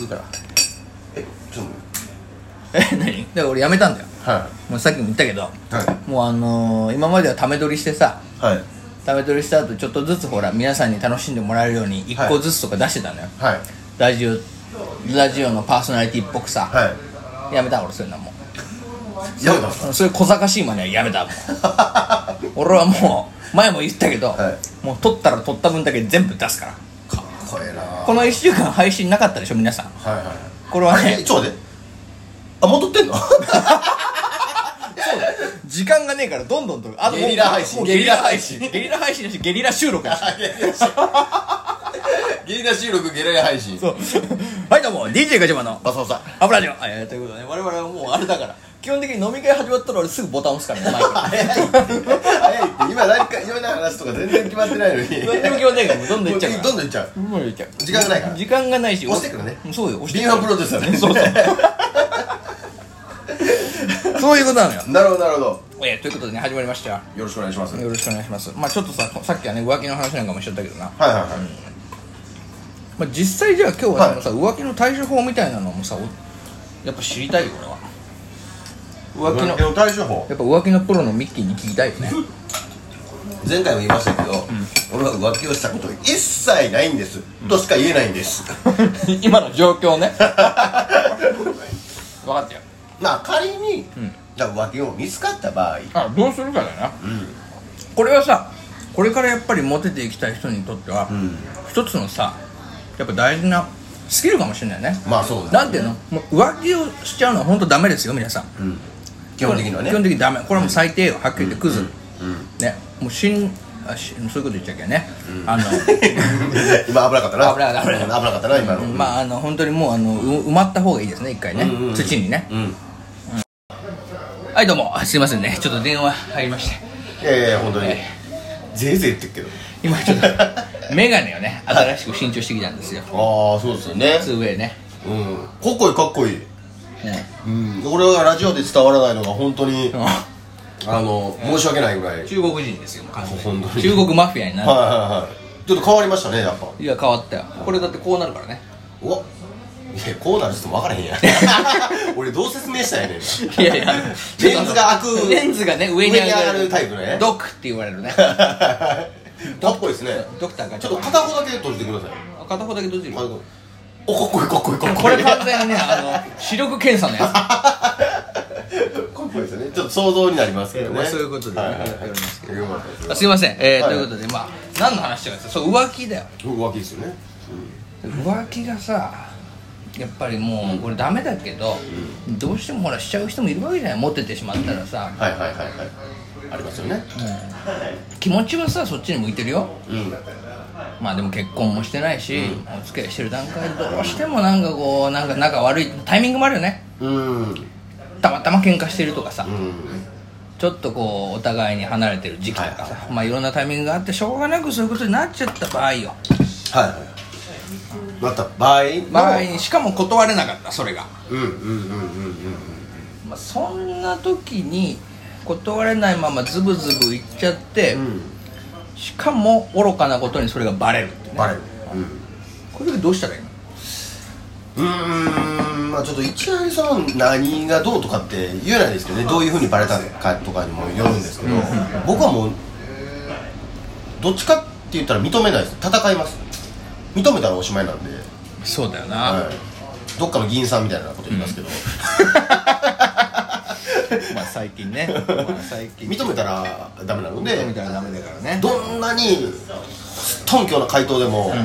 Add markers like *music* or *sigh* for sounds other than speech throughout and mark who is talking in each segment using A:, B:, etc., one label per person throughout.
A: いいから
B: えちょっと
A: え *laughs* 何だから俺やめたんだよ
B: は
A: もうさっきも言ったけど
B: いは
A: もうあのー今まではため撮りしてさ
B: いはい
A: ため撮りした後ちょっとずつほら皆さんに楽しんでもらえるように1個ずつとか出してたのよ、
B: はい
A: ラジオラジオのパーソナリティっぽくさ、
B: はい
A: やめた俺そういうのはも
B: やめたんです
A: うそういう小賢しい真似はやめたも
B: か
A: う俺はもう前も言ったけど、
B: は
A: もう撮ったら撮った分だけ全部出すから
B: かっこええなは
A: この1週間配信なかったでしょ皆さん
B: いはい
A: これは
B: あ
A: ね
B: れちょっと待ってあ戻ってんの
A: 時間がねえからどんどんとあともう
B: ゲリラ配信
A: もうゲリラ配
B: ゲ
A: 信ゲリラ配信だしゲリラ収録だし
B: *laughs* ゲリラ収録ゲリラ配信
A: そうはいどうも DJ ガチャマの
B: バサバサ
A: アブラジオえーということで我々はもうあれだから基本的に飲み会始まったら俺すぐボタン押すからねマイク *laughs*
B: 早いって今何か今の話とか全然決まってないのに
A: 何でも決まんないからもうどんどんいっちゃうから
B: どんどんいっちゃう
A: もういっちゃう
B: 時間がないから
A: 時間がないし
B: 押してくるね
A: そうよ押して
B: 敏腕プロデューサーね
A: そうそうそういうことなのよ
B: *laughs* なるほどなるほど
A: えーということでね始まりましたよ
B: よろしくお願いしますはい
A: よろしくお願いしますまあちょっとささっきはね浮気の話なんかもしちゃったけどな、
B: はいはい
A: まあ、実際じゃあ今日
B: は
A: は
B: い
A: そのさ、浮気の対処法みたいなのもさおやっぱ知りたいよ俺は浮気のやっ
B: の対処法
A: ぱ浮気のプロのミッキーに聞きたいよね
B: 前回も言いましたけど、俺は浮気をしたこと一切ないんです、としか言えないんです
A: *laughs*
B: *laughs*
A: 今の状況ね分かったよ
B: まあ仮に、じゃあ浮気を見つかった場合
A: あどうするかだよな、これはさこれからやっぱりモテていきたい人にとっては、
B: ん
A: 一つのさやっぱ大事なスキルかもしれないね
B: まあそうだね
A: なんていうのもう浮気をしちゃうのは本当ダメですよ皆さん
B: 基本的にはね
A: 基本的にダメこれはもう最低よはっきり言ってクズ、
B: うん
A: ねもう死んあしそういうこと言っちゃいけないね、あの
B: *laughs* 今危なかったな
A: 危なかった危なか
B: 危なかったな今の、
A: まああの本当にもうあのう埋まった方がいいですね一回ね、
B: うんうんうん
A: 土にね
B: うん
A: はいどうもあすいませんねちょっと電話入りまし
B: い
A: て
B: やいやいや本当に、ぜいぜい言ってるけど
A: 今ちょっと
B: *laughs*
A: メガネをね新しく新調してきたんですよ
B: ああそうですよね
A: 2way ね
B: うんかっこいいかっこいい
A: ね
B: うん、俺はラジオで伝わらないのが本当に
A: うん
B: あの申し訳ないぐらいはい
A: 中国人ですよもう完全に
B: 本当に
A: 中国マフィアになる、
B: はいはいちょっと変わりましたねやっぱ
A: い、や変わったよこれだってこうなるからね
B: おいやこうなる人も分からへんやん *laughs* 俺どう説明したんやねんない
A: *laughs* やいや
B: レンズが開く
A: レンズがね上に上
B: 上
A: が
B: に上が
A: る
B: るタイプね
A: ドックって言われる
B: *laughs*
A: ね
B: かっこいいですね
A: ドクターが
B: ちょっと片方だけ閉じてください
A: 片方だけ閉じる
B: あのおかっこいいかっこいいかっこいい
A: これ完全にねあの *laughs* 視力検査のや
B: かっこいいですよねちょっと想像になりますけど
A: まあ
B: ね
A: そういうことでね
B: はいはいはい
A: やりますけ
B: よかったです
A: つすいません、えー
B: はい
A: ということでまあ何の話してるかってそう浮気だよ
B: 浮気ですよね
A: 浮気がさやっぱりもうこれダメだけど、どうしてもほらしちゃう人もいるわけじゃないモテてしまったらさ、
B: はいはいはいはいありますよね
A: 気持ちはさそっちに向いてるよ
B: うん
A: まあでも結婚もしてないし、お付き合いしてる段階でどうしてもなんかこうなんか仲悪いタイミングもあるよね
B: うん
A: たまたま喧嘩してるとかさ、
B: うん
A: ちょっとこうお互いに離れてる時期とかさ、いまあいろんなタイミングがあってしょうがなくそういうことになっちゃった場合よ
B: はいはいまた場合の
A: 場合にしかも断れなかったそれが、
B: うんうんうんうんうん
A: まあ、そんな時に断れないままズブズブいっちゃって、
B: うん
A: しかも愚かなことにそれがバレるってね
B: バレるうん
A: これどうしたらいいの
B: うーんまあちょっと一概にその何がどうとかって言えないですけどねどういうふうにバレたかとかにもよるんですけど僕はもうどっちかって言ったら認めないです戦います認めたらおしまいなんで、
A: そうだよな、
B: はい、どっかの議員さんみたいなこと言いますけど、
A: まあ最近 *laughs* ね、まあ、最近
B: 認めたらダメなの
A: み
B: で
A: たいなダメだからね
B: どんなに頓強な回答でも認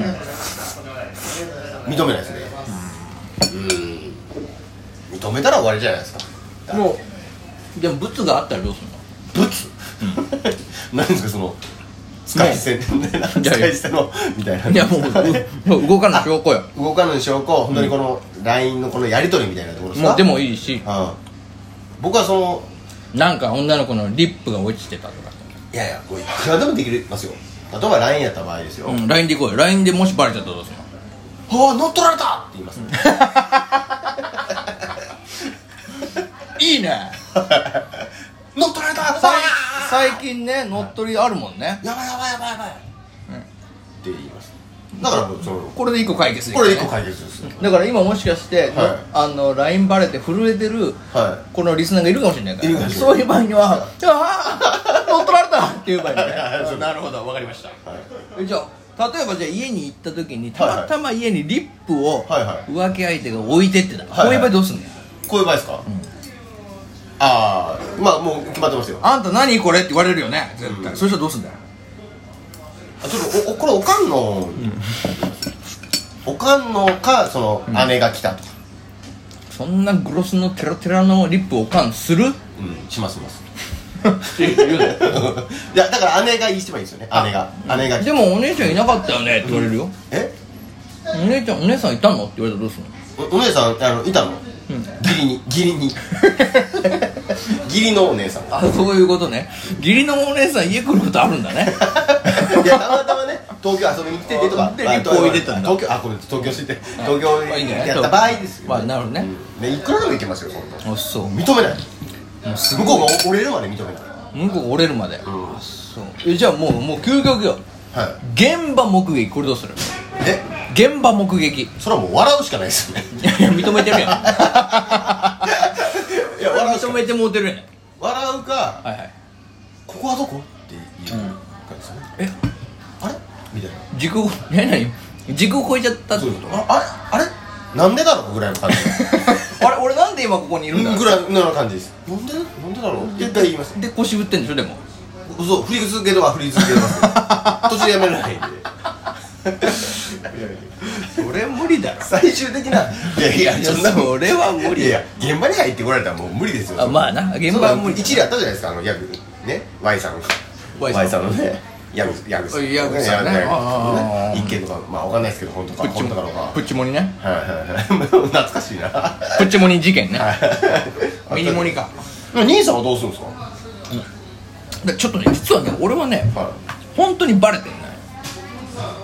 B: めないですねうん認めたら終わりじゃないですか
A: もうでも物があったらどうするの
B: ブツ、何ですかその使い捨て使い捨てのみたいない
A: いやもうもう動かない証拠よ
B: 動かぬ証拠本当にこの LINE のこのやり取りみたいなところですか
A: もうでもいいし
B: うん僕はその
A: なんか女の子のリップが落ちてたとか
B: いやいやこれいくらでもできますよ例えば LINE やった場合ですよ、
A: うん LINE で行こうよ LINE でもしバレちゃったらどうするの
B: ああ乗っ取られたって言いますね
A: いいね
B: 乗っ取られたわ
A: さい
B: あ
A: 最近ね乗っ取りあるもんね
B: やばいやばいやばいやばい、って言いますだからもうその
C: これで一個解決でき
B: こ
C: た
B: れ
C: ね
B: 一個解決ですよ
A: だから今もしかし
B: は
A: て、
B: い
A: あの LINE バレて震えてる
B: は
A: このリスナーがいるかもしれないか
B: いるからもしれない
A: そういう場合には「ああ乗っ取られた!」っていう場合にね *laughs*
C: あなるほどわかりました
B: いはい
A: じゃあ例えばじゃあ家に行った時にたまたま家にリップを
B: はいはい
A: 浮気相手が置いてってた、
B: はいはい
A: こういう場合どうすんのよ
B: こういう場合ですか、ああまあもう決まってますよあ
C: あんた何これって言われるよね絶対、
B: うん
C: そしたらどうすんだよ
B: ちょっとおおこれおかんの、おかんのかその、姉が来たとか、
A: そんなグロスのテラテラのリップをおかんする
B: うん、しますします
C: 言うの
B: *laughs* いやだから姉が言いしてばいいんですよね姉が姉が来
A: で
B: た
A: もお姉ちゃんいなかったよねって言われるよ、
B: え
A: お姉ちゃんお姉さんいたのって言われたらどうすんの
B: おお姉さんあのいたの、義理に義理
A: *laughs*
B: に *laughs* 義理のお姉さん
A: あそういうことね義理のお姉さん家来ることあるんだ
B: *laughs*
A: ね
B: いやたまたまね東京遊びに来ててとか
A: で
B: まあ
A: 旅行に出たんだ
B: 東京あこれ東京してて東京
A: まあいいんじゃない
B: やった場合ですよ、
A: まあなるほどね
B: うんねいくらでも行けますよそんな
A: あそう
B: 認めない向こうが折れるまで認めない
A: 向こう折れるまで、
B: ん
A: あそうえじゃあもうもう究極よ
B: はい
A: 現場目撃これどうする
B: え
A: 現場目撃
B: それはもう笑うしかないですよね
A: いやいや認め
B: *laughs*
A: てるやん
B: いや笑うしか
A: 認めてもうてるやんは
B: 笑うか
A: いはい
B: ここはどこっていう感じですよね
A: え
B: あれみたいな
A: 時空何何時空超えちゃったって
B: そう
A: こ
B: いうことああれあれなんでだろうぐらいの感じ
A: とあれ俺なんで今ここに *laughs* いるんだ
B: ぐらいの感じですなんでなんでだろうって言います
A: で腰振ってんでしょでも
B: そう振り続ければ振り続け *laughs* ますよ途中でやめないんで
A: それ無理だろ
B: 最終的ないやいや
A: い
B: そ
A: や
B: んなも
A: そ
B: ん
A: れは無
B: いや
A: 理
B: いや現場に入ってこられたらもう無理ですよ
A: あまあな現場は無理
B: 一理あったじゃないですかあのギャグね Y さん
A: Y さん
B: のねヤグヤグさん
A: ヤグさんね
B: ヤグ
A: ああああ
B: 一軒とかまあわかんないですけど本とか
A: プッチ
B: 本とかの
A: モ
B: か
A: プッチモニね
B: はいはい *laughs* はい懐かしいな
A: プッチモニ事件ね
B: *laughs*
A: ミニモニ
B: か
A: か
B: 兄さんはどうするんですか
A: でちょっとね実はね俺はね
B: は
A: 本当にバレてるね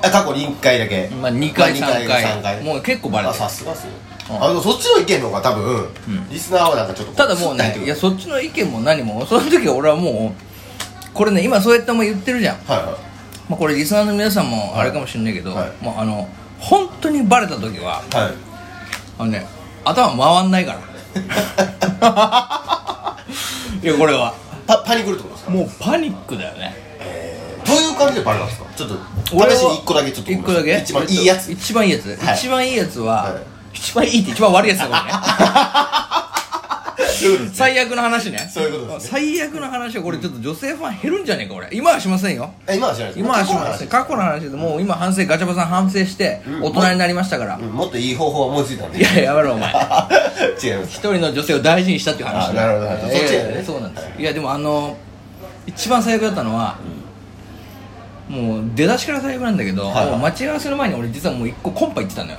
B: い過去に一回だけ
A: まあ2回3
B: まあ二
A: 回
B: 三回
A: もう結構バレ
B: あ
A: てる
B: さすがっすね
A: うん
B: あのそっちの意見の方が多分、リスナーはなんかちょっとこ
A: ただもうねいやそっちの意見も何もその時は俺はもうこれね今そうやっても言ってるじゃん、
B: はいは
A: まあ、これリスナーの皆さんもあれかもしれないけど、
B: はい
A: もうあの本当にバレた時はい
B: はい
A: あのね頭回んないから
B: *laughs*
A: いやこれは
B: パパニクるってことですか
A: もうパニックだよね
B: どういう感じでバレたんですかちょっと試しに1個だけちょっと
A: 一個だけ
B: 一番いいやつ、
A: えっと一番いいやつ、
B: はい
A: 一番いいやつは、
B: はい
A: 一番いいって一番悪いやつだからね最悪の話ね
B: そういうことですね
A: 最悪の話はこれちょっと女性ファン減るんじゃねえか俺今はしませんよ
B: え今は知らないです
A: 今はしません過去の話でもう今反省ガチャバさん反省して大人になりましたから、
B: うんもっといい方法は思いついたんで
A: いややめろお
B: *laughs*
A: 前
B: 違います
A: 一人の女性を大事にしたっていう話
B: あなるほどなるほど
A: ええ
B: そっちやね
A: そうなんです、い、やでもあの一番最悪だったのは、もう出だしから最悪なんだけど、
B: はいはい
A: もう待ち合わせの前に俺実はもう一個コンパ行ってたのよ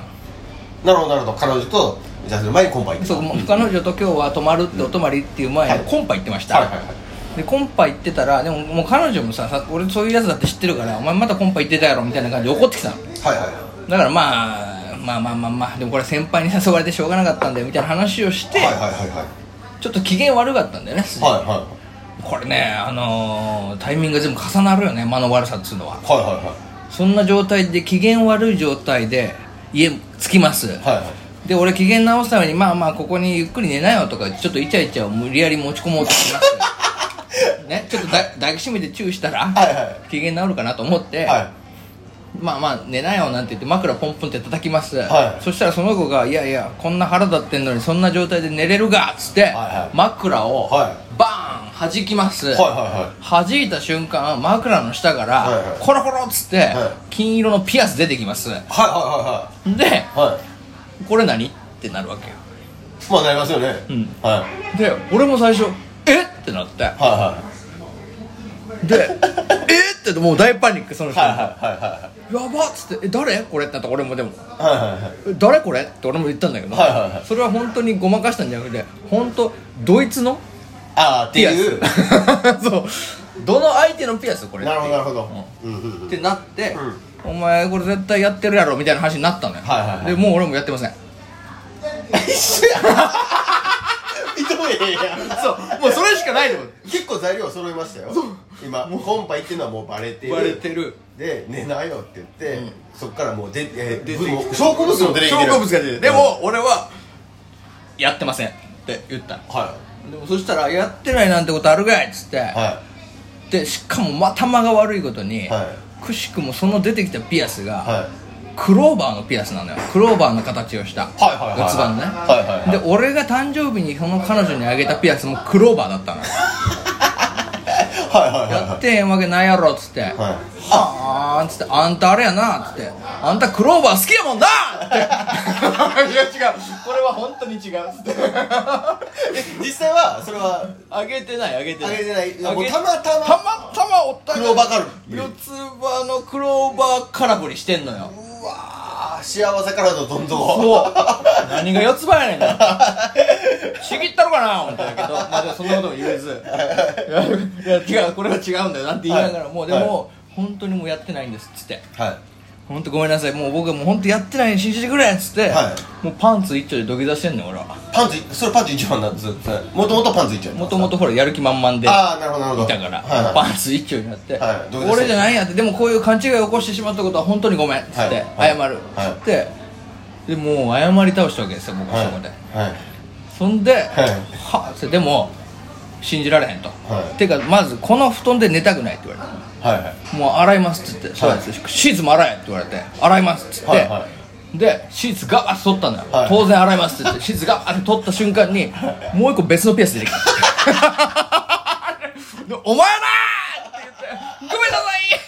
B: なるほどなるほど彼女とじゃあその前にコンパ行ってた
A: そうもう彼女と今日は泊まるってお泊まりっていう前に
B: はい
A: コンパ行ってました、
B: はいはいはい
A: でコンパ行ってたらでももう彼女もささ俺そういうやつだって知ってるからお前またコンパ行ってたやろみたいな感じで怒ってきたの
B: はいはいは
A: だからまあまあまあまあまあでもこれ先輩に誘われてしょうがなかったんだよみたいな話をして、
B: いはいはいはいはい
A: ちょっと機嫌悪かったんだよね
B: はいはい
A: これねあのータイミングが全部重なるよね間の悪さっつうのは
B: はいはいはい
A: そんな状態で機嫌悪い状態で家着きます、
B: はいはい
A: で俺機嫌直すためにまあまあここにゆっくり寝なよとかちょっとイチャイチャを無理やり持ち込もうとしますねちょっとだ抱きしめてチューしたら、
B: はいは
A: 機嫌直るかなと思って、
B: いは
A: まあまあ寝なよなんて言って枕ポンポンって叩きます、
B: はい
A: そしたらその子が「いやいやこんな腹立ってんのにそんな状態で寝れるが」っつって、
B: はい
A: 枕を
B: は
A: バーン弾きます、
B: いはいは
A: 弾いた瞬間枕の下から、
B: はいはい
A: コロコロっつって、
B: は
A: 金色のピアス出てきます
B: いはいは
A: で
B: いはいはいはい
A: これ何ってなるわけよ
B: まあなりますよね、
A: ん
B: はい
A: で俺も最初えってなって
B: はいは
A: で *laughs* えってもう大パニックその
B: い
A: 人、
B: はいはいはいはい
A: やばっつって「え誰これ?」ってなった俺もでも
B: はいはいはい
A: 「え誰これ?」って俺も言ったんだけど、
B: はいはいはい
A: それは本当にごまかしたんじゃなくて本当ドイツの
B: ああって
A: ピアス
B: いう
A: *laughs* そうどの相手のピアスこれ
B: なるほどなるほど、うんうんうん
A: ってなって、お前これ絶対やってるやろみたいな話になったのよ、
B: はいはいはい
A: でもう俺もやってませ
B: *laughs*
A: ん
B: 一緒やひどいやん
A: そうもうそれしかないと思って
B: 結構材料揃いましたよ今コンパ行ってるのはもうバレてる
A: 言われてる
B: で寝なよって言って、
A: う
B: そっからもうで、えー
C: 出てきて
B: もう証拠物も出てきて
C: 証
B: る
C: 拠物が出てでも俺はやってませんって言った
B: は
A: でもそしたら「やってないなんてことあるかい」っつって、
B: いは
A: でしかも頭が悪いことに、
B: は
A: くしくもその出てきたピアスが、
B: いはい
A: クローバーのピアスなのよクローバーの形をした
B: はいはいはい
A: 四つ葉のね、
B: はいはいはい
A: で俺が誕生日にその彼女にあげたピアスもクローバーだったのよ
B: はいはいはい
A: やってへんわけないやろっつっては
B: はい
A: あっつってあんたあれやなっつってあんたクローバー好きやもんなって
C: いや違うこれは本当に違う
A: *laughs*
B: え実際はそれは
C: あげてないあげて
B: あ
C: ない
B: げてない
C: あ
B: もう
C: げ
B: たまたま
A: たまたまおった
B: 黒ばかり
A: 四つ葉のクローバー空振りしてんのよ
B: うわー幸せからのどんどん
A: そう何が四つ葉やねんなちぎったのかな思ったけどまあでもそんなことも言えずいや違うこれは違うんだよなんて言いながら、
B: はい
A: もうでも、本当にもうやってないんですっつって
B: は
A: 本当ごめんなさいもう僕はもう本当やってないに信じてくれっつって、
B: は
A: もうパンツ一丁で土下座してんの俺はい
B: パンツそれパンツ一番なんですもともとパンツ一丁
A: もともとほらやる気満々でい
B: ああなるほどなるほど
A: たから、
B: はいはい
A: パンツ一丁になって、
B: はい土下座して
A: 俺じゃないんやってでもこういう勘違いを起こしてしまったことは本当にごめんっつって、
B: はい
A: 謝るっ
B: はい
A: つって、でもう謝り倒したわけですよ僕はそこで、
B: はい
A: そんで、
B: い
A: はっつってでも信じられへんと、
B: はい
A: てかまずこの布団で寝たくないって言われた
B: はいはい
A: もう洗いますっつって、そうですシーツも洗えって言われて洗いますっつって、
B: はいは
A: でシーツガーッて取ったのよ、
B: はい
A: 当然洗います *laughs* って言ってシーツガーッて取った瞬間にもう一個別のピアス出てきたで *laughs* お前な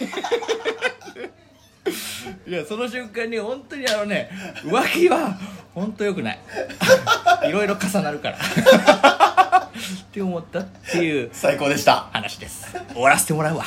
A: ーって言ってごめんなさい *laughs* いやその瞬間に本当にあのね浮気は本当良くない *laughs* いろいろ重なるから *laughs* って思ったっていう
B: 最高でした
A: 話です終わらせてもらうわ